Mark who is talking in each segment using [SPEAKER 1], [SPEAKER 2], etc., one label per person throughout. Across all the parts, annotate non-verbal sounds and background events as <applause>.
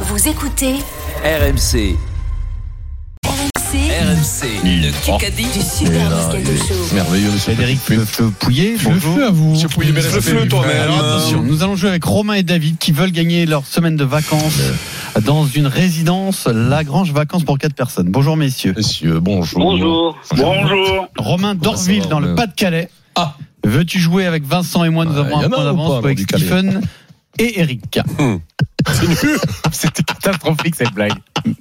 [SPEAKER 1] Vous écoutez
[SPEAKER 2] RMC,
[SPEAKER 1] RMC,
[SPEAKER 2] RMC, le Kikadi du Sud.
[SPEAKER 1] Super
[SPEAKER 3] hein,
[SPEAKER 1] Moscato Show.
[SPEAKER 4] Merveilleux, monsieur
[SPEAKER 3] Frédéric
[SPEAKER 4] Feu- Feu- Pouillet. bonjour.
[SPEAKER 5] feu à vous.
[SPEAKER 4] Monsieur Pouillet, bel
[SPEAKER 5] Le
[SPEAKER 4] aspect.
[SPEAKER 5] feu, hein. toi, mais
[SPEAKER 4] Alors,
[SPEAKER 5] alors.
[SPEAKER 4] attention, nous allons jouer avec Romain et David qui veulent gagner leur semaine de vacances dans une résidence, la Grange Vacances pour quatre personnes. Bonjour messieurs.
[SPEAKER 3] Messieurs, bonjour.
[SPEAKER 6] Bonjour. Bonjour.
[SPEAKER 4] Romain
[SPEAKER 3] ça
[SPEAKER 4] d'Orville
[SPEAKER 3] va,
[SPEAKER 4] dans le
[SPEAKER 3] ouais.
[SPEAKER 4] Pas-de-Calais.
[SPEAKER 5] Ah.
[SPEAKER 4] Veux-tu jouer avec Vincent et moi Nous
[SPEAKER 3] Ouais,
[SPEAKER 4] avons
[SPEAKER 3] y en
[SPEAKER 4] un
[SPEAKER 3] a
[SPEAKER 4] point
[SPEAKER 3] ou
[SPEAKER 4] d'avance
[SPEAKER 3] pas, dans
[SPEAKER 4] avec
[SPEAKER 3] du Calais
[SPEAKER 4] Stephen et Eric.
[SPEAKER 3] C'était catastrophique cette blague.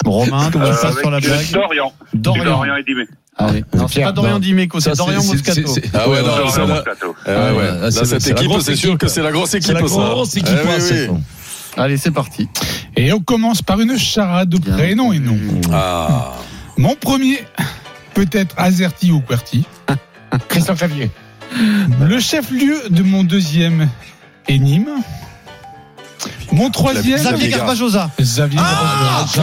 [SPEAKER 4] Romain, tu
[SPEAKER 6] Euh,
[SPEAKER 4] passes
[SPEAKER 6] avec
[SPEAKER 4] sur la
[SPEAKER 6] le
[SPEAKER 4] blague.
[SPEAKER 6] Dorian.
[SPEAKER 4] Dorian.
[SPEAKER 6] Dorian et Dimé.
[SPEAKER 4] Allez. Non, c'est
[SPEAKER 3] Pierre,
[SPEAKER 4] pas Dorian
[SPEAKER 3] non.
[SPEAKER 4] Dimeco, c'est Dorian Moscato.
[SPEAKER 5] Ah ouais, non,
[SPEAKER 6] Dorian
[SPEAKER 5] c'est la-
[SPEAKER 6] Moscato.
[SPEAKER 5] Ah ouais, ouais.
[SPEAKER 3] Ah,
[SPEAKER 5] Là,
[SPEAKER 3] c'est-
[SPEAKER 5] cette
[SPEAKER 3] c'est la
[SPEAKER 5] équipe,
[SPEAKER 3] grosse
[SPEAKER 5] c'est sûr
[SPEAKER 3] équipe.
[SPEAKER 5] que c'est la grosse équipe, ça. Ah
[SPEAKER 2] Eh
[SPEAKER 5] oui, oui.
[SPEAKER 4] Allez, c'est parti.
[SPEAKER 5] Et on commence par une charade de
[SPEAKER 4] Bien.
[SPEAKER 5] prénoms Eh et noms.
[SPEAKER 2] Ah,
[SPEAKER 5] Mon premier, peut-être Azerty ou QWERTY. Christophe Favier. Le chef-lieu de mon deuxième est Nîmes. Mon troisième,
[SPEAKER 4] Xavier
[SPEAKER 5] Xavier
[SPEAKER 4] Carpajosa.
[SPEAKER 5] Barbarossa.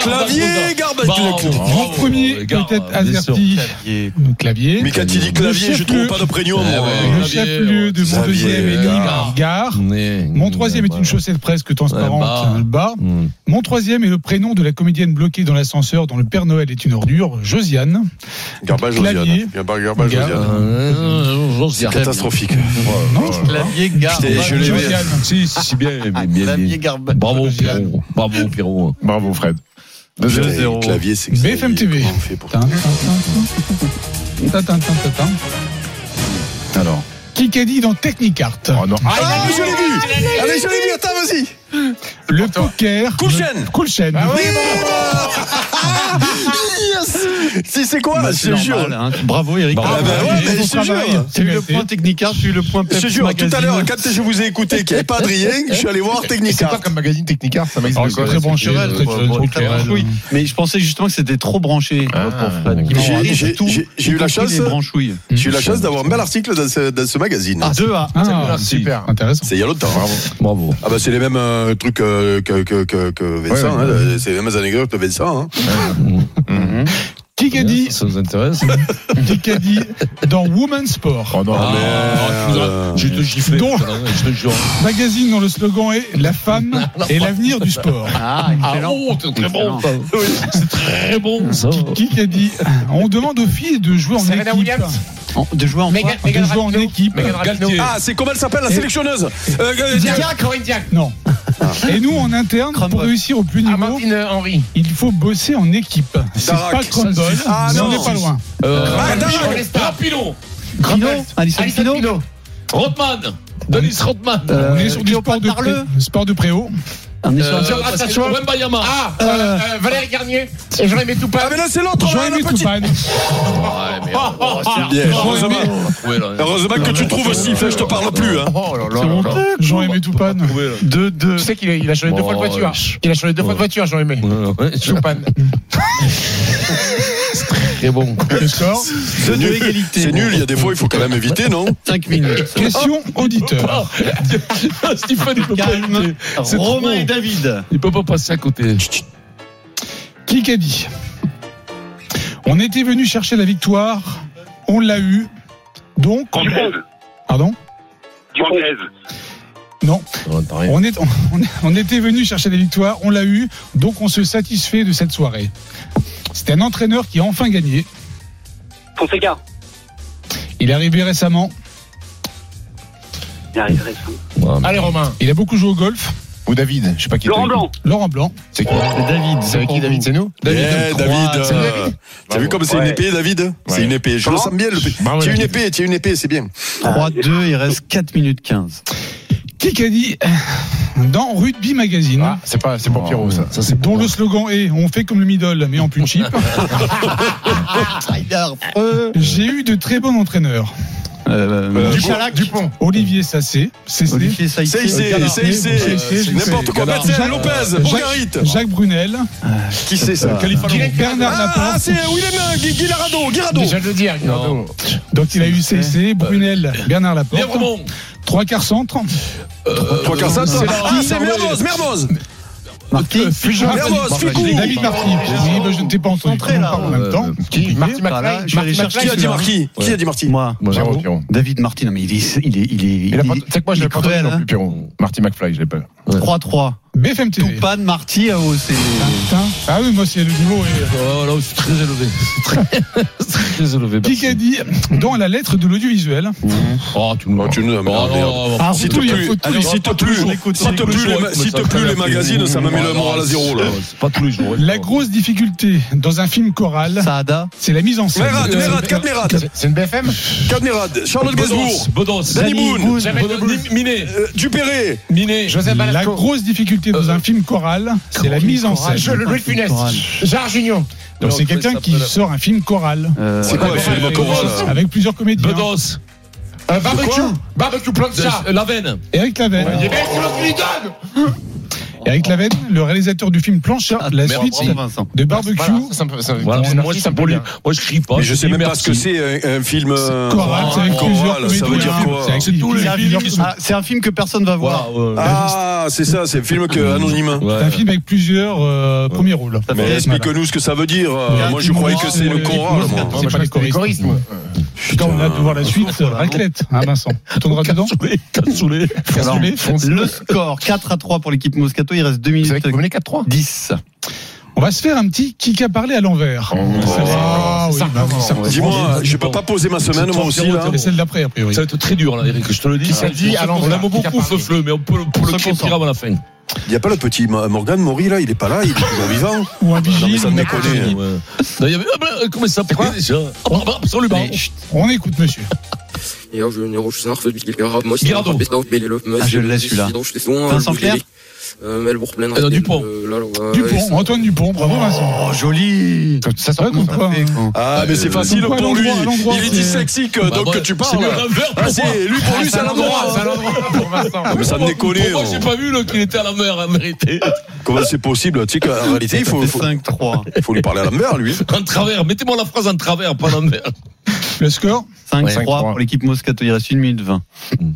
[SPEAKER 2] clavier, Garba, tu l'as
[SPEAKER 5] Mon
[SPEAKER 3] Oh,
[SPEAKER 5] premier, peut-être Azerty. ou Clavier.
[SPEAKER 2] Mais quand il dit clavier, je trouve pas de prénom, moi.
[SPEAKER 5] Le chef-lieu de mon
[SPEAKER 2] Xavier,
[SPEAKER 5] deuxième est Nîmes.
[SPEAKER 2] Gare.
[SPEAKER 5] Gare. Mon troisième
[SPEAKER 3] euh,
[SPEAKER 5] est une chaussette presque transparente,
[SPEAKER 3] bah. Ouais, bah.
[SPEAKER 5] le bas. Mon troisième est le prénom de la comédienne bloquée dans l'ascenseur dont le Père Noël est une ordure, Josiane.
[SPEAKER 7] Garbage
[SPEAKER 5] Clavier.
[SPEAKER 7] Josiane. Garbage Garbage
[SPEAKER 5] Gar-
[SPEAKER 7] Josiane.
[SPEAKER 4] Euh,
[SPEAKER 2] Catastrophique.
[SPEAKER 5] Non, je crois pas. Ah,
[SPEAKER 4] Clavier Carpajosa.
[SPEAKER 2] Putain, je l'ai vu.
[SPEAKER 5] Josiane. Si, si.
[SPEAKER 3] Si bien, bien, bien
[SPEAKER 4] Xavier
[SPEAKER 3] dit.
[SPEAKER 4] Garba.
[SPEAKER 3] Bravo Pierrot. Bravo Pierrot.
[SPEAKER 7] Bravo Fred.
[SPEAKER 2] Putain, Clavier, c'est que ça,
[SPEAKER 5] BFM
[SPEAKER 2] il-
[SPEAKER 5] TV.
[SPEAKER 2] comment on fait pour-
[SPEAKER 5] Tin, tin, tin, tin. Tin, tin, tin, tin, tin.
[SPEAKER 7] Alors.
[SPEAKER 5] Qui qu'a dit dans Technicart
[SPEAKER 7] Oh non.
[SPEAKER 2] Ah, je l'ai vu Allez, je l'ai vu, attends, <laughs> vas-y
[SPEAKER 5] Le poker.
[SPEAKER 2] Coulchen.
[SPEAKER 5] Le- Coulchen.
[SPEAKER 2] Yes Si, c'est quoi
[SPEAKER 4] Bah,
[SPEAKER 2] Je
[SPEAKER 4] c'est
[SPEAKER 2] te jure
[SPEAKER 4] normal, hein. Bravo Eric.
[SPEAKER 2] Ah, bah ouais, mais
[SPEAKER 4] Bon
[SPEAKER 2] je te
[SPEAKER 4] travail.
[SPEAKER 2] jure.
[SPEAKER 4] T'as eu le point Technicard, j'ai eu le point
[SPEAKER 2] Je te
[SPEAKER 4] Pep
[SPEAKER 2] jure, tout
[SPEAKER 4] Magazine.
[SPEAKER 2] à l'heure, quand je vous ai écouté qu'il n'y avait pas Adrien, je suis allé voir Technicart.
[SPEAKER 7] comme magazine Technicart, ça m'a
[SPEAKER 5] Alors, Ah, c'est très brancherel,
[SPEAKER 4] Brancherel,
[SPEAKER 5] très-
[SPEAKER 4] bon, bon,
[SPEAKER 5] très
[SPEAKER 4] très
[SPEAKER 5] brancherel.
[SPEAKER 4] branchouille. Mais je pensais justement que c'était trop branché
[SPEAKER 3] Ah.
[SPEAKER 4] pour Fred. qui
[SPEAKER 2] J'ai-
[SPEAKER 4] m'en raconte
[SPEAKER 2] j'ai-
[SPEAKER 4] tout,
[SPEAKER 2] j'ai- j'ai eu
[SPEAKER 4] y
[SPEAKER 2] la
[SPEAKER 4] compris
[SPEAKER 2] chance.
[SPEAKER 4] les branchouilles.
[SPEAKER 2] J'ai eu la chance d'avoir un bel article dans ce, dans ce magazine.
[SPEAKER 4] 2 à
[SPEAKER 5] Ah,
[SPEAKER 3] Merci.
[SPEAKER 5] super. Intéressant.
[SPEAKER 2] C'est il y a longtemps.
[SPEAKER 3] Bravo.
[SPEAKER 2] Ah bah c'est les mêmes euh, trucs euh, que, que, que, que Vincent, hein, c'est les mêmes anecdotes que Vincent. Hein.
[SPEAKER 5] Qui qu'a dit,
[SPEAKER 3] Ça vous intéresse
[SPEAKER 5] qui qu'a dit dans Woman Sport
[SPEAKER 7] Oh non.
[SPEAKER 3] Ah,
[SPEAKER 2] merde.
[SPEAKER 3] non, je te gifle.
[SPEAKER 5] Donc-
[SPEAKER 3] Ah Je te jure.
[SPEAKER 5] Magazine dont le slogan est La femme est l'avenir du sport.
[SPEAKER 4] Ah, excellent.
[SPEAKER 3] très
[SPEAKER 4] bon,
[SPEAKER 3] ça. C'est très bon, ça.
[SPEAKER 5] Qui qui a dit On demande aux filles de jouer en équipe.
[SPEAKER 4] En- De jouer en
[SPEAKER 8] Megan-
[SPEAKER 4] trois.
[SPEAKER 5] De
[SPEAKER 8] Megan
[SPEAKER 5] jouer en
[SPEAKER 8] Rapinoe.
[SPEAKER 5] équipe.
[SPEAKER 8] Megan Rapinoe.
[SPEAKER 2] Ah, c'est comment elle s'appelle la
[SPEAKER 5] Et-
[SPEAKER 2] sélectionneuse Euh, euh,
[SPEAKER 8] Diac, Corinne Diac.
[SPEAKER 5] Non. Et nous, en interne, pour
[SPEAKER 4] Crumble.
[SPEAKER 5] réussir au plus
[SPEAKER 8] Ah,
[SPEAKER 5] niveau,
[SPEAKER 8] Martine Henry.
[SPEAKER 5] il faut bosser en équipe. C'est
[SPEAKER 2] Darak.
[SPEAKER 5] pas Crumble,
[SPEAKER 2] Ah,
[SPEAKER 5] mais
[SPEAKER 2] non.
[SPEAKER 5] on n'est pas loin.
[SPEAKER 2] Ah,
[SPEAKER 8] Rapinoe,
[SPEAKER 2] Darak.
[SPEAKER 8] Lesta.
[SPEAKER 4] Pino, Alison
[SPEAKER 8] Alison
[SPEAKER 4] Pino.
[SPEAKER 8] Pino.
[SPEAKER 3] Rothman Denis Rothman
[SPEAKER 4] Euh,
[SPEAKER 5] on est sur du sport de, pré,
[SPEAKER 4] Parleux.
[SPEAKER 5] sport de préau.
[SPEAKER 4] On est sur un-
[SPEAKER 8] Euh, Attachoua.
[SPEAKER 3] Wembayama
[SPEAKER 8] Ah, euh, euh, Valérie Garnier. Et j'en aimais tout
[SPEAKER 2] Ah
[SPEAKER 8] pas.
[SPEAKER 2] mais là c'est l'autre, là,
[SPEAKER 5] Jean-Aimé
[SPEAKER 2] la petite.
[SPEAKER 5] Toupane.
[SPEAKER 3] Ouais, mais oh, oh, c'est
[SPEAKER 2] Bien.
[SPEAKER 3] Heureusement
[SPEAKER 2] Heureusement,
[SPEAKER 3] Ouais, là, là.
[SPEAKER 2] heureusement que tu trouves aussi, je te parle plus. Hein.
[SPEAKER 8] Oh là là
[SPEAKER 4] C'est
[SPEAKER 8] là là.
[SPEAKER 4] honteux.
[SPEAKER 5] Jean-Aimé Toupane.
[SPEAKER 4] Deux, deux.
[SPEAKER 8] Tu sais qu'il a, il a changé deux
[SPEAKER 3] Bon,
[SPEAKER 8] fois de voiture.
[SPEAKER 3] ouais.
[SPEAKER 8] Il a changé deux fois de voiture, j'en aimais.
[SPEAKER 3] Ouais, ouais, je- <laughs>
[SPEAKER 8] Chopin.
[SPEAKER 7] <laughs>
[SPEAKER 3] Très bon.
[SPEAKER 5] Le score.
[SPEAKER 2] C'est nul, c'est nul, il y a des fois il faut quand même éviter, non
[SPEAKER 4] 5 minutes.
[SPEAKER 5] Question auditeur.
[SPEAKER 3] Stéphane, il peut pas
[SPEAKER 4] Calme.
[SPEAKER 3] C'est trop.
[SPEAKER 4] Romain et David.
[SPEAKER 3] Il peut pas passer à côté.
[SPEAKER 5] Qui qu'a dit On était venu chercher la victoire, on l'a eu. Donc,
[SPEAKER 6] Dupontel.
[SPEAKER 5] pardon
[SPEAKER 6] Dupontel.
[SPEAKER 5] Non.
[SPEAKER 3] On entend rien.
[SPEAKER 5] On, est, on, on était venu chercher la victoire, on l'a eu, donc on se satisfait de cette soirée. C'est un entraîneur qui a enfin gagné.
[SPEAKER 9] Fonseca.
[SPEAKER 5] Il est arrivé récemment,
[SPEAKER 9] Il arrive récemment.
[SPEAKER 8] Allez, Romain.
[SPEAKER 5] il a beaucoup joué au golf.
[SPEAKER 7] Ou David, je sais pas qui.
[SPEAKER 9] Laurent Blanc.
[SPEAKER 5] Laurent Blanc.
[SPEAKER 7] C'est qui
[SPEAKER 4] David.
[SPEAKER 7] C'est avec qui David C'est nous
[SPEAKER 2] David, David,
[SPEAKER 7] C'est
[SPEAKER 2] euh,
[SPEAKER 7] David.
[SPEAKER 2] t'as vu comme c'est une
[SPEAKER 9] Ouais.
[SPEAKER 2] épée, David C'est
[SPEAKER 7] Ouais.
[SPEAKER 2] une épée. Je le
[SPEAKER 9] Comment
[SPEAKER 2] sens bien, le
[SPEAKER 7] Bravo,
[SPEAKER 2] Tiens une
[SPEAKER 7] David.
[SPEAKER 2] épée, tiens une épée, c'est bien.
[SPEAKER 4] 3, 2. Il reste 4 minutes 15.
[SPEAKER 5] Qui qu'a dit euh, dans Rugby Magazine
[SPEAKER 7] Ah, c'est pas, c'est pour Pierrot ça.
[SPEAKER 3] Ça, c'est
[SPEAKER 5] dont le slogan est On fait comme le middle, mais en plus cheap. Euh, J'ai eu de très bons entraîneurs.
[SPEAKER 4] Euh,
[SPEAKER 5] Dupont. Olivier Sassé, Cécé,
[SPEAKER 4] Olivier Saïté.
[SPEAKER 2] C'est ici,
[SPEAKER 5] Galard,
[SPEAKER 2] c'est ici.
[SPEAKER 5] c'est ici,
[SPEAKER 2] C'est
[SPEAKER 5] c'est
[SPEAKER 2] N'importe
[SPEAKER 5] ici.
[SPEAKER 2] quoi,
[SPEAKER 5] Galard.
[SPEAKER 2] Batzel,
[SPEAKER 5] Jacques-
[SPEAKER 2] Lopez,
[SPEAKER 5] Jacques-
[SPEAKER 2] Bogarit.
[SPEAKER 5] Jacques Brunel,
[SPEAKER 2] Qui c'est ça
[SPEAKER 8] Guilherme
[SPEAKER 5] Bernard
[SPEAKER 2] Ah, ah,
[SPEAKER 5] Laporte.
[SPEAKER 2] c'est Willem euh, Gui- Guilarado, Guirado.
[SPEAKER 8] Déjà de le dire.
[SPEAKER 3] Non.
[SPEAKER 5] Donc il a eu Cécé, Brunel, Bernard
[SPEAKER 3] Les
[SPEAKER 5] Laporte.
[SPEAKER 3] Romans.
[SPEAKER 5] Trois quarts centre.
[SPEAKER 2] Trois quarts ça, toi. Ah, c'est Mermoz, Mermoz.
[SPEAKER 4] Marquis.
[SPEAKER 2] Mermoz, Ficou.
[SPEAKER 5] David Marty. Oui, bah, je ne t'ai pas entendu.
[SPEAKER 4] Centré,
[SPEAKER 5] on
[SPEAKER 4] là.
[SPEAKER 5] parle en même temps.
[SPEAKER 3] Qui
[SPEAKER 8] Marty
[SPEAKER 4] Voilà,
[SPEAKER 8] McFly.
[SPEAKER 4] je suis allé
[SPEAKER 8] Marty
[SPEAKER 4] chercher
[SPEAKER 2] Qui a
[SPEAKER 8] McFly,
[SPEAKER 2] dit
[SPEAKER 8] celui-là.
[SPEAKER 2] Marquis Qui a dit Marquis
[SPEAKER 4] Moi.
[SPEAKER 7] Bravo Pierrot.
[SPEAKER 4] David Martin. Non, mais il est. Il est. Il est. Il est.
[SPEAKER 7] Il a pas-
[SPEAKER 4] il
[SPEAKER 7] Tu sais que moi je
[SPEAKER 4] il est
[SPEAKER 7] l'ai pas entendu
[SPEAKER 4] cruel,
[SPEAKER 7] non
[SPEAKER 4] hein.
[SPEAKER 3] Oh,
[SPEAKER 7] plus Pierrot. Marty McFly, je l'ai pas.
[SPEAKER 4] 3-3.
[SPEAKER 5] BFM TV.
[SPEAKER 4] Toupane, Marty, ah, oh, c'est.
[SPEAKER 5] Tintin. Ah oui, moi, c'est le niveau. est-
[SPEAKER 3] Oh là, c'est très élevé. C'est très, <laughs> c'est très élevé. merci.
[SPEAKER 5] Kikadi, dans la lettre de l'audiovisuel.
[SPEAKER 3] Oh, tu nous
[SPEAKER 2] Oh, tu nous-
[SPEAKER 3] Oh,
[SPEAKER 2] merde,
[SPEAKER 3] non,
[SPEAKER 4] Ah,
[SPEAKER 2] Cite
[SPEAKER 5] tout, il y a
[SPEAKER 2] plus,
[SPEAKER 5] faut tout,
[SPEAKER 2] allez,
[SPEAKER 5] on
[SPEAKER 2] cite plus,
[SPEAKER 4] on écoute, on
[SPEAKER 2] cite
[SPEAKER 4] écoute.
[SPEAKER 2] plus les, cite plus les magazines, ça m'a mis le moral à zéro là.
[SPEAKER 3] Oh, C'est pas tous les jours.
[SPEAKER 5] La grosse difficulté dans un film choral,
[SPEAKER 4] Saada.
[SPEAKER 5] c'est la mise en scène.
[SPEAKER 2] Mérad, Mérad, Cap Mérad,
[SPEAKER 7] C'est une BFM
[SPEAKER 2] Cap Mérad, Charlotte Gainsbourg,
[SPEAKER 3] Bedos.
[SPEAKER 2] Danny Boone,
[SPEAKER 3] Jared
[SPEAKER 8] Boone.
[SPEAKER 3] Boone, Minet.
[SPEAKER 2] euh, Dupéré,
[SPEAKER 3] Minet.
[SPEAKER 8] Joseph
[SPEAKER 5] La
[SPEAKER 8] Balasco.
[SPEAKER 5] grosse difficulté dans un film choral, c'est la mise en scène.
[SPEAKER 8] Je le Louis de Funès.
[SPEAKER 4] Coral.
[SPEAKER 8] Gérard Junior.
[SPEAKER 5] Donc c'est
[SPEAKER 3] Non,
[SPEAKER 5] quelqu'un
[SPEAKER 3] ça
[SPEAKER 5] qui
[SPEAKER 3] s'appelle-
[SPEAKER 5] sort un film choral
[SPEAKER 4] Euh,
[SPEAKER 2] c'est quoi,
[SPEAKER 3] ouais,
[SPEAKER 2] il fait
[SPEAKER 3] ouais,
[SPEAKER 2] le mot
[SPEAKER 3] ouais,
[SPEAKER 2] comment,
[SPEAKER 3] ouais,
[SPEAKER 2] là
[SPEAKER 5] avec plusieurs comédiens.
[SPEAKER 3] Bedos.
[SPEAKER 8] Euh, Barbecue.
[SPEAKER 2] Quoi
[SPEAKER 8] Barbecue plein de ça.
[SPEAKER 3] La veine.
[SPEAKER 5] Eric Laven.
[SPEAKER 8] Eh ben, c'est l'autre qui lui donne.
[SPEAKER 5] Eric Laven, le réalisateur du film Planchard, la
[SPEAKER 3] merde,
[SPEAKER 5] suite
[SPEAKER 3] bravo,
[SPEAKER 4] Vincent.
[SPEAKER 5] de Barbecue,
[SPEAKER 7] Voilà, ça, ça me- ça-
[SPEAKER 3] Voilà,
[SPEAKER 7] c'est
[SPEAKER 3] moi,
[SPEAKER 7] une
[SPEAKER 3] je,
[SPEAKER 7] artiste, ça me
[SPEAKER 3] pour
[SPEAKER 7] plaît
[SPEAKER 3] lui,
[SPEAKER 7] bien.
[SPEAKER 3] moi, je crie pas.
[SPEAKER 2] Mais je sais
[SPEAKER 3] dis
[SPEAKER 2] même pas
[SPEAKER 3] merci.
[SPEAKER 2] ce que c'est un, un film. euh,
[SPEAKER 5] choral, c'est avec
[SPEAKER 2] choral,
[SPEAKER 5] plusieurs
[SPEAKER 2] ça veut dire
[SPEAKER 5] comédiens.
[SPEAKER 2] quoi
[SPEAKER 5] C'est avec
[SPEAKER 3] C'est tous les
[SPEAKER 4] C'est un
[SPEAKER 5] plusieurs-
[SPEAKER 4] film- ah, C'est un film que personne va voir.
[SPEAKER 3] Voilà, ouais.
[SPEAKER 2] Ah, c'est ça, c'est le film que anonyme.
[SPEAKER 3] Ouais.
[SPEAKER 5] C'est un film avec plusieurs euh, premiers rôles.
[SPEAKER 2] Mais
[SPEAKER 5] Voilà.
[SPEAKER 2] explique-nous ce que ça veut dire. euh,
[SPEAKER 5] Il y a un
[SPEAKER 2] moi,
[SPEAKER 5] petit
[SPEAKER 2] je croyais
[SPEAKER 5] moment,
[SPEAKER 2] que c'est le
[SPEAKER 5] euh,
[SPEAKER 2] choral.
[SPEAKER 5] c'est
[SPEAKER 2] moi.
[SPEAKER 5] pas
[SPEAKER 7] Moi, je
[SPEAKER 5] les
[SPEAKER 7] reste pour les choristes,
[SPEAKER 5] choristes.
[SPEAKER 7] moi.
[SPEAKER 5] Putain, on a hâte de voir la suite. euh, Raclette, hein, Vincent. Tu tourneras dedans
[SPEAKER 3] Cassoulet, cassoulet.
[SPEAKER 4] Alors,
[SPEAKER 3] Cassoulet.
[SPEAKER 4] le score 4 à 3 pour l'équipe Moscato, il reste 2
[SPEAKER 7] Vous savez
[SPEAKER 4] minutes
[SPEAKER 7] que vous menez 4-3.
[SPEAKER 4] 10.
[SPEAKER 5] On va se faire un petit qui a parlé à l'envers. Ah oui, bah oui, ça-
[SPEAKER 2] Dis-moi, je peux pas poser ma semaine, moi aussi, là.
[SPEAKER 5] Et celle d'après, a priori.
[SPEAKER 3] Ça va être très dur, là, Eric, je te le dis.
[SPEAKER 7] s'est dit à
[SPEAKER 3] on
[SPEAKER 7] l'envers,
[SPEAKER 3] l'aime
[SPEAKER 7] qui a
[SPEAKER 3] beaucoup,
[SPEAKER 7] parlé.
[SPEAKER 3] Feufleux, mais on peut le, on le critiquer avant la fin.
[SPEAKER 2] Il y a pas le petit Ma- Morgan Maury, là, il est pas là, il est toujours vivant.
[SPEAKER 5] Ou un
[SPEAKER 2] Non, mais
[SPEAKER 5] vigile.
[SPEAKER 2] ça me déconne.
[SPEAKER 3] Ouais. Non, il y avait, ah, ben, comment ça s'appelait déjà Ah, bah, bah, Absolument.
[SPEAKER 5] On écoute, monsieur.
[SPEAKER 3] Girardot.
[SPEAKER 4] Ah, je l'ai, celui-là. Vincent Clerc Euh,
[SPEAKER 3] Ah, non, Dupont.
[SPEAKER 2] Euh,
[SPEAKER 5] Dupont, Antoine Dupont, bravo Vincent.
[SPEAKER 4] Oh, joli
[SPEAKER 5] Ça hein. serait
[SPEAKER 4] Comment t'as fait, quoi
[SPEAKER 2] Ah, mais c'est facile
[SPEAKER 5] Pourquoi
[SPEAKER 2] pour lui.
[SPEAKER 5] l'endroit, l'endroit,
[SPEAKER 2] Il est
[SPEAKER 5] c'est-
[SPEAKER 2] dyslexique,
[SPEAKER 3] Bah,
[SPEAKER 2] donc
[SPEAKER 3] bah, C'est
[SPEAKER 2] tu
[SPEAKER 3] le
[SPEAKER 2] parles.
[SPEAKER 3] renvers
[SPEAKER 2] Ah,
[SPEAKER 3] pour moi.
[SPEAKER 2] c'est lui, pour lui, c'est à l'endroit.
[SPEAKER 8] C'est à l'endroit
[SPEAKER 2] <laughs>
[SPEAKER 8] pour Vincent.
[SPEAKER 2] Ah, mais ça me déconne.
[SPEAKER 3] Pour moi,
[SPEAKER 2] on-
[SPEAKER 3] j'ai pas vu là, qu'il était à la mer, en vérité.
[SPEAKER 2] Comment c'est possible Tu sais qu'en réalité, il faut, faut,
[SPEAKER 4] 5 3.
[SPEAKER 2] faut lui parler à l'envers, lui.
[SPEAKER 3] En travers. Mettez-moi la phrase en travers, pas à l'envers.
[SPEAKER 5] Le score
[SPEAKER 4] 5
[SPEAKER 7] Ouais,
[SPEAKER 4] 3 pour l'équipe Moscato, il reste 1 minute 20.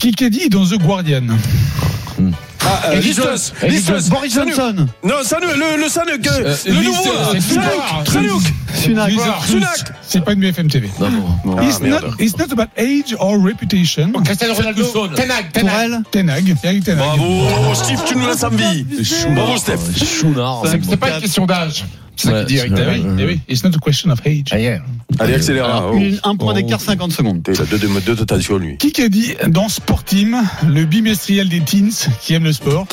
[SPEAKER 5] Kikedi dans The Guardian.
[SPEAKER 2] Ah, euh, Listos, Listos,
[SPEAKER 4] Boris
[SPEAKER 2] Sanu.
[SPEAKER 4] Johnson
[SPEAKER 2] Non, Sanu, le, le Sanu, que-
[SPEAKER 3] Euh, Listos,
[SPEAKER 2] le nouveau, là.
[SPEAKER 3] c'est
[SPEAKER 2] Sanuk, Sanuk.
[SPEAKER 4] Sunak
[SPEAKER 5] Les
[SPEAKER 2] Sunak.
[SPEAKER 5] artistes, C'est pas une BFM TV.
[SPEAKER 2] Ah,
[SPEAKER 5] it's,
[SPEAKER 2] merde.
[SPEAKER 5] not, it's not about age or reputation.
[SPEAKER 8] Cristiano Ronaldo.
[SPEAKER 3] Ferguson.
[SPEAKER 8] Tenag, Tenag.
[SPEAKER 4] Tourelle
[SPEAKER 5] Tenag, Eric Tenag.
[SPEAKER 2] Bravo, Steve, tu nous laisses en vie. Bravo, Steph.
[SPEAKER 3] Ah, Chounard.
[SPEAKER 4] Cinq.
[SPEAKER 8] C'est pas une question d'âge.
[SPEAKER 7] C'est ça qu'il dit, Eric
[SPEAKER 5] Eh oui, eh oui, It's not a question of age.
[SPEAKER 7] Ah, yeah.
[SPEAKER 2] Allez, accélère. là. Oh.
[SPEAKER 4] Une- un point d'écart 50 secondes.
[SPEAKER 2] Putain, Il a deux, deux, deux tentations, lui.
[SPEAKER 5] Kikedi dans Sport Team, le bimestriel des teens qui aiment le sport.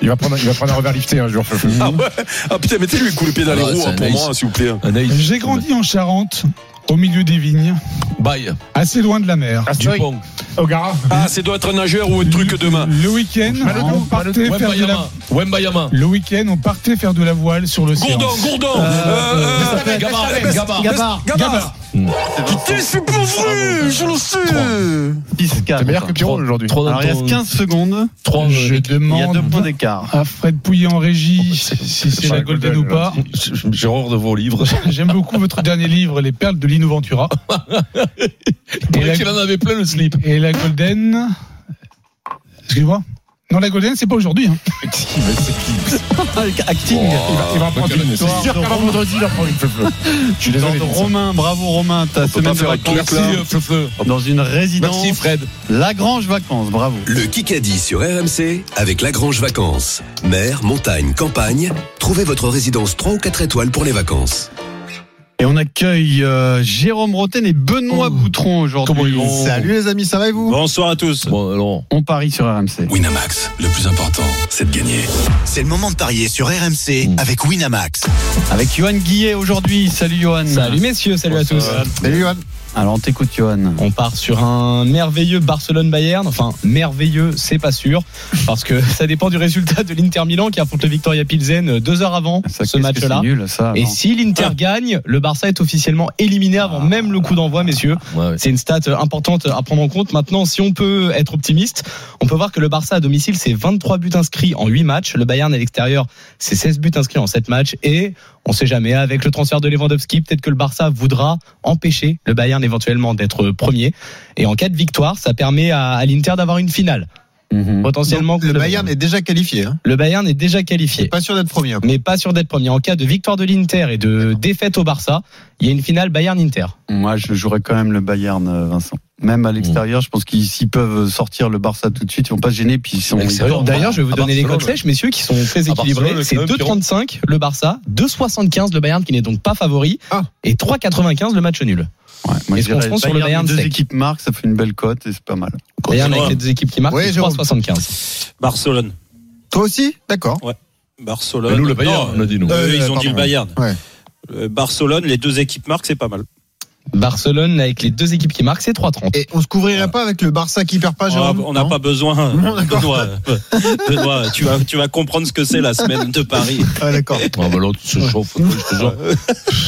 [SPEAKER 7] Il va prendre, il va prendre un revers lifté un jour. Feufleux.
[SPEAKER 2] Ah ouais Ah putain, mettez-lui le coup de pied dans les
[SPEAKER 3] Ah,
[SPEAKER 2] roues
[SPEAKER 3] c'est
[SPEAKER 2] hein, pour
[SPEAKER 3] nice.
[SPEAKER 2] moi, s'il vous plaît.
[SPEAKER 5] J'ai grandi en Charente, au milieu des vignes,
[SPEAKER 3] Bye.
[SPEAKER 5] assez loin de la mer.
[SPEAKER 7] Asterix,
[SPEAKER 3] Dupont.
[SPEAKER 7] Ogara.
[SPEAKER 2] Ah, ça doit être un nageur ou un truc demain.
[SPEAKER 5] Le week-end, on partait faire de la...
[SPEAKER 3] Wembayama. Wembayama.
[SPEAKER 5] Le week-end, on partait faire de la voile sur le
[SPEAKER 2] Gourdon, Gourdon euh, euh,
[SPEAKER 3] Gabar. Gabar.
[SPEAKER 4] Gabard,
[SPEAKER 2] Gabard Putain, je suis pauvre, je le sais
[SPEAKER 7] C'est
[SPEAKER 4] 4.
[SPEAKER 7] meilleur que Pierrot aujourd'hui.
[SPEAKER 3] Trois
[SPEAKER 4] Alors il reste 15 secondes,
[SPEAKER 3] 3
[SPEAKER 5] Je
[SPEAKER 4] il y a 2
[SPEAKER 5] demande
[SPEAKER 4] points d'écart.
[SPEAKER 5] à Fred Pouillet en régie
[SPEAKER 3] C'est-
[SPEAKER 5] si Oh, bah, c'est
[SPEAKER 7] pas
[SPEAKER 5] la
[SPEAKER 7] la
[SPEAKER 5] Golden ou
[SPEAKER 7] Golden,
[SPEAKER 5] pas. hein.
[SPEAKER 3] J'ai horreur de
[SPEAKER 10] <laughs>
[SPEAKER 3] vos livres.
[SPEAKER 5] J'aime beaucoup votre dernier livre, Les perles de Lino <laughs> Ventura.
[SPEAKER 3] Il
[SPEAKER 5] et, la,
[SPEAKER 3] paraît qu'il en avait <laughs> plein le slip.
[SPEAKER 5] et la Golden. Excuse-moi. Non, la Golden, c'est pas aujourd'hui. hein.
[SPEAKER 4] Acting
[SPEAKER 5] Ah,
[SPEAKER 7] Il va en prendre une. C'est sûr qu'avant vendredi, il va en
[SPEAKER 10] Oh,
[SPEAKER 7] prendre une. Feufleux. Je suis désolé.
[SPEAKER 4] de Romain, bravo Romain, ta
[SPEAKER 2] On peut
[SPEAKER 4] semaine
[SPEAKER 2] pas
[SPEAKER 4] de
[SPEAKER 2] faire un
[SPEAKER 4] vacances
[SPEAKER 2] clap, là.
[SPEAKER 3] euh, Feufeu.
[SPEAKER 4] dans une résidence
[SPEAKER 3] Merci Fred.
[SPEAKER 4] Lagrange Vacances, bravo.
[SPEAKER 11] Le Kikadi sur RMC avec Lagrange Vacances. Mer, montagne, campagne, trouvez votre résidence 3 ou 4 étoiles pour les vacances.
[SPEAKER 4] Et on accueille euh, Jérôme Roten et Benoît Boutron
[SPEAKER 3] Comment
[SPEAKER 4] aujourd'hui.
[SPEAKER 3] ils vont Salut,
[SPEAKER 4] les amis, ça va et vous
[SPEAKER 2] Bonsoir à tous
[SPEAKER 3] Bon alors.
[SPEAKER 4] On parie sur RMC.
[SPEAKER 11] Winamax, le plus important, c'est de gagner.
[SPEAKER 12] C'est le moment de parier sur RMC avec Winamax.
[SPEAKER 4] Avec Johan Guillet aujourd'hui. Salut Johan.
[SPEAKER 13] Salut messieurs, salut à tous.
[SPEAKER 7] Salut, Johan.
[SPEAKER 4] Alors on t'écoute Johan.
[SPEAKER 13] On part sur un merveilleux Barcelone-Bayern. Enfin, merveilleux, c'est pas sûr. Parce que <laughs> ça dépend du résultat de l'Inter Milan qui affronte le Victoria Pilsen euh, deux heures avant
[SPEAKER 4] Ça, qu'est-ce
[SPEAKER 13] ce
[SPEAKER 4] que
[SPEAKER 13] match-là.
[SPEAKER 4] C'est nul ça.
[SPEAKER 13] Et
[SPEAKER 4] non. Ah.
[SPEAKER 13] si l'Inter gagne, le Barça est officiellement éliminé avant même le coup d'envoi, messieurs.
[SPEAKER 3] Ouais, ouais.
[SPEAKER 13] C'est une stat euh, importante à prendre en compte. Maintenant, si on peut être optimiste, on peut voir que le Barça à domicile, c'est 23 buts inscrits en 8 matchs. Le Bayern à l'extérieur, c'est 16 buts inscrits en 7 matchs. Et on sait jamais, avec le transfert de Lewandowski, peut-être que le Barça voudra empêcher le Bayern éventuellement d'être premier. Et en cas de victoire, ça permet à, à l'Inter d'avoir une finale.
[SPEAKER 4] Mhm.
[SPEAKER 5] Potentiellement.
[SPEAKER 10] Donc, le
[SPEAKER 5] contre
[SPEAKER 10] Bayern est déjà qualifié. hein.
[SPEAKER 5] Le Bayern est déjà qualifié.
[SPEAKER 10] Pas sûr d'être premier.
[SPEAKER 5] Mais pas sûr d'être premier. En cas de victoire de l'Inter et de défaite au Barça, il y a une finale Bayern-Inter.
[SPEAKER 4] Moi, je jouerais quand même le Bayern, euh, Vincent. Même à l'extérieur, je pense qu'ils s'ils peuvent sortir le Barça tout de suite, ils vont pas se gêner. Puis ils sont.
[SPEAKER 5] Excellent.
[SPEAKER 3] hein.
[SPEAKER 5] D'ailleurs, je vais vous donner les codes sèches, messieurs, qui sont très équilibrés. C'est 2,35 le Barça, 2,75 le Bayern, qui n'est donc pas favori,
[SPEAKER 4] Ah.
[SPEAKER 5] et 3,95 le match nul.
[SPEAKER 4] Moi,
[SPEAKER 5] et
[SPEAKER 4] je
[SPEAKER 5] ce qu'on
[SPEAKER 4] dirais
[SPEAKER 5] se prend sur le Bayern
[SPEAKER 4] deux
[SPEAKER 5] sec.
[SPEAKER 4] équipes marquent, ça fait une belle cote et c'est pas mal.
[SPEAKER 5] Bayern avec les deux équipes qui marquent, c'est 3,75.
[SPEAKER 2] Barcelone.
[SPEAKER 10] Toi aussi D'accord. Euh,
[SPEAKER 2] Ouais. Barcelone.
[SPEAKER 3] Mais
[SPEAKER 2] euh,
[SPEAKER 3] Euh, nous, le Bayern, on a dit, nous.
[SPEAKER 2] eux, ils ont
[SPEAKER 3] Pardon.
[SPEAKER 2] dit le Bayern.
[SPEAKER 10] Ouais.
[SPEAKER 2] Euh, Barcelone, les deux équipes marquent, c'est pas mal.
[SPEAKER 5] Barcelone avec les deux équipes qui marquent, c'est 3,30.
[SPEAKER 10] Et on se couvrirait pas avec le Barça qui perd pas,
[SPEAKER 2] On a-
[SPEAKER 10] Jérôme
[SPEAKER 2] Oh, on n'a
[SPEAKER 10] Non
[SPEAKER 2] pas besoin.
[SPEAKER 10] Non, d'accord.
[SPEAKER 2] Benoît, euh, Benoît, tu, vas, tu vas comprendre ce que c'est la semaine de Paris.
[SPEAKER 10] <laughs> Ah, d'accord.
[SPEAKER 3] Ah, bah l'autre se chauffe.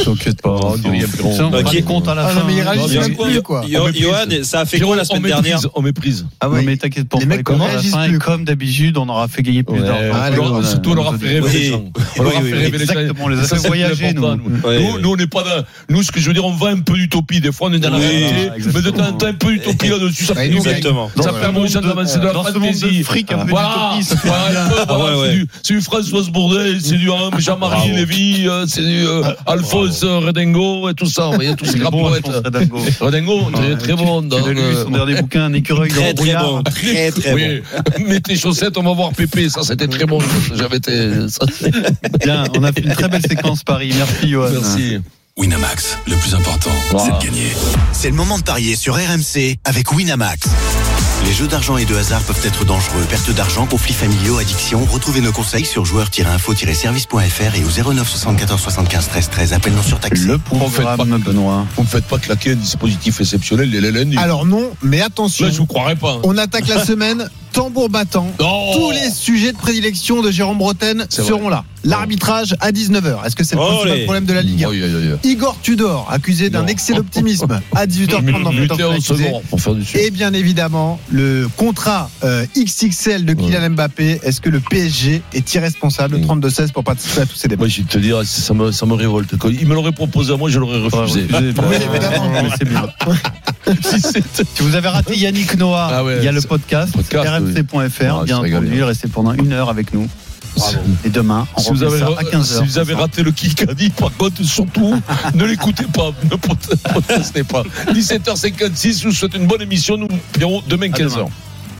[SPEAKER 4] T'inquiète pas.
[SPEAKER 3] on fera des comptes
[SPEAKER 4] Bah, à la
[SPEAKER 3] fin.
[SPEAKER 2] Yo-
[SPEAKER 3] Il y a
[SPEAKER 2] Yo-
[SPEAKER 3] quoi
[SPEAKER 2] Yo-
[SPEAKER 3] On méprise.
[SPEAKER 2] Johan, ça a fait quoi la semaine
[SPEAKER 3] on méprise,
[SPEAKER 2] dernière
[SPEAKER 3] On méprise.
[SPEAKER 10] Ah
[SPEAKER 4] Non, mais t'inquiète pas,
[SPEAKER 3] Les
[SPEAKER 4] on
[SPEAKER 3] mecs
[SPEAKER 4] fera comptes à la
[SPEAKER 3] réagissent
[SPEAKER 4] fin, et
[SPEAKER 3] plus.
[SPEAKER 4] comme d'habitude, on aura fait gagner plus
[SPEAKER 3] Ouais,
[SPEAKER 4] d'argent.
[SPEAKER 5] Ah,
[SPEAKER 3] on leur- surtout, on leur a fait rêver les gens. On leur a fait rêver les gens.
[SPEAKER 4] Exactement, on les a
[SPEAKER 3] Ça,
[SPEAKER 4] fait
[SPEAKER 3] c'est
[SPEAKER 4] voyager, nous.
[SPEAKER 3] important, Nous, nous, on n'est pas dans. Nous, ce que je veux dire, on va un peu d'utopie. Des fois, on est dans la
[SPEAKER 2] Oui,
[SPEAKER 3] réalité. Mais de temps en temps, un peu d'utopie là-dessus. Ça fait du bien.
[SPEAKER 2] Exactement.
[SPEAKER 3] Ça permet aux gens d'avancer dans la
[SPEAKER 4] Dans ce monde
[SPEAKER 3] fantaisie.
[SPEAKER 4] de fric, un peu
[SPEAKER 3] Voilà.
[SPEAKER 4] d'utopie, ça fait
[SPEAKER 3] Voilà,
[SPEAKER 4] bien.
[SPEAKER 3] un peu, voilà,
[SPEAKER 2] Ah ouais,
[SPEAKER 3] c'est
[SPEAKER 2] ouais.
[SPEAKER 3] du- C'est du Françoise Bourdet, c'est du hein,
[SPEAKER 4] Ah,
[SPEAKER 3] Jean-Marie
[SPEAKER 2] Bravo.
[SPEAKER 3] Lévy, euh, c'est du euh, Alphonse Redingo et tout ça. Vous voyez, tous ces
[SPEAKER 4] Il est
[SPEAKER 3] grands
[SPEAKER 4] Ah, bon,
[SPEAKER 3] poètes.
[SPEAKER 4] Alphonse Redingo.
[SPEAKER 3] Redingo, très, très bon. euh,
[SPEAKER 4] Tu l'as lu, son dernier bouquin, un écureuil dans
[SPEAKER 3] Très
[SPEAKER 4] le
[SPEAKER 3] très
[SPEAKER 4] brouillard.
[SPEAKER 3] bon, <laughs> très très bon. Mets tes chaussettes, on va voir Pépé. Ça c'était très bon. J'avais été. ça, c'est-
[SPEAKER 4] Bien, on a fait une très belle séquence Paris. Merci, Johan.
[SPEAKER 3] Merci.
[SPEAKER 14] Winamax, le plus important, c'est de gagner. C'est le moment de parier sur RMC avec Winamax. Les jeux d'argent et de hasard peuvent être dangereux. Perte d'argent, conflits familiaux, addiction. Retrouvez nos conseils sur joueurs-info-service.fr et au 09 74 75 13 13. Appel non surtaxé.
[SPEAKER 4] Le
[SPEAKER 3] Vous faites pas-
[SPEAKER 4] programme Benoît.
[SPEAKER 3] Vous ne faites pas claquer un dispositif exceptionnel les lundi.
[SPEAKER 10] Alors non, mais attention.
[SPEAKER 3] Là, je vous croirais pas. hein. Oh.
[SPEAKER 10] On attaque la semaine tambour battant.
[SPEAKER 3] Non.
[SPEAKER 10] Tous les sujets de prédilection de Jérôme Bretagne
[SPEAKER 3] C'est
[SPEAKER 10] seront là. L'arbitrage à 19h. Est-ce que c'est le
[SPEAKER 3] Olé.
[SPEAKER 10] principal problème de la Ligue 1
[SPEAKER 3] Aïe, aïe, aïe.
[SPEAKER 10] Igor Tudor, accusé d'un
[SPEAKER 3] Non.
[SPEAKER 10] excès d'optimisme à 18h30 dans
[SPEAKER 3] Mutez
[SPEAKER 10] Peter
[SPEAKER 3] en
[SPEAKER 10] Accusé.
[SPEAKER 3] second pour faire du sucre.
[SPEAKER 10] Et bien évidemment, le contrat euh, XXL de Kylian Mbappé. Est-ce que le PSG est irresponsable
[SPEAKER 3] Mm.
[SPEAKER 10] 32-16 pour participer à tous ces débats
[SPEAKER 3] Moi, Eh ben, je vais te dire, ça me, ça me révolte. Quand Il me l'aurait proposé à moi, je l'aurais refusé.
[SPEAKER 4] Ah,
[SPEAKER 3] Ah
[SPEAKER 10] Oui, évidemment.
[SPEAKER 4] Mais c'est bien.
[SPEAKER 3] <laughs>
[SPEAKER 4] Si vous avez raté Yannick Noah,
[SPEAKER 3] Ah ouais,
[SPEAKER 4] il y a le
[SPEAKER 3] c'est-
[SPEAKER 4] podcast,
[SPEAKER 3] podcast,
[SPEAKER 4] rmc.fr.
[SPEAKER 3] oui.
[SPEAKER 4] bien
[SPEAKER 3] Ah, c'est
[SPEAKER 4] entendu,
[SPEAKER 3] régalé.
[SPEAKER 4] restez pendant une heure avec nous.
[SPEAKER 3] Bravo.
[SPEAKER 4] Et demain, on
[SPEAKER 3] Si vous, avez,
[SPEAKER 4] ça à 15h.
[SPEAKER 3] si vous avez raté le Kikadi, par contre, surtout,
[SPEAKER 4] <laughs>
[SPEAKER 3] ne l'écoutez pas, ne protestez pas. 17h56, je vous souhaite une bonne émission. Nous, Pierrot, demain
[SPEAKER 4] À
[SPEAKER 3] 15h.
[SPEAKER 4] demain.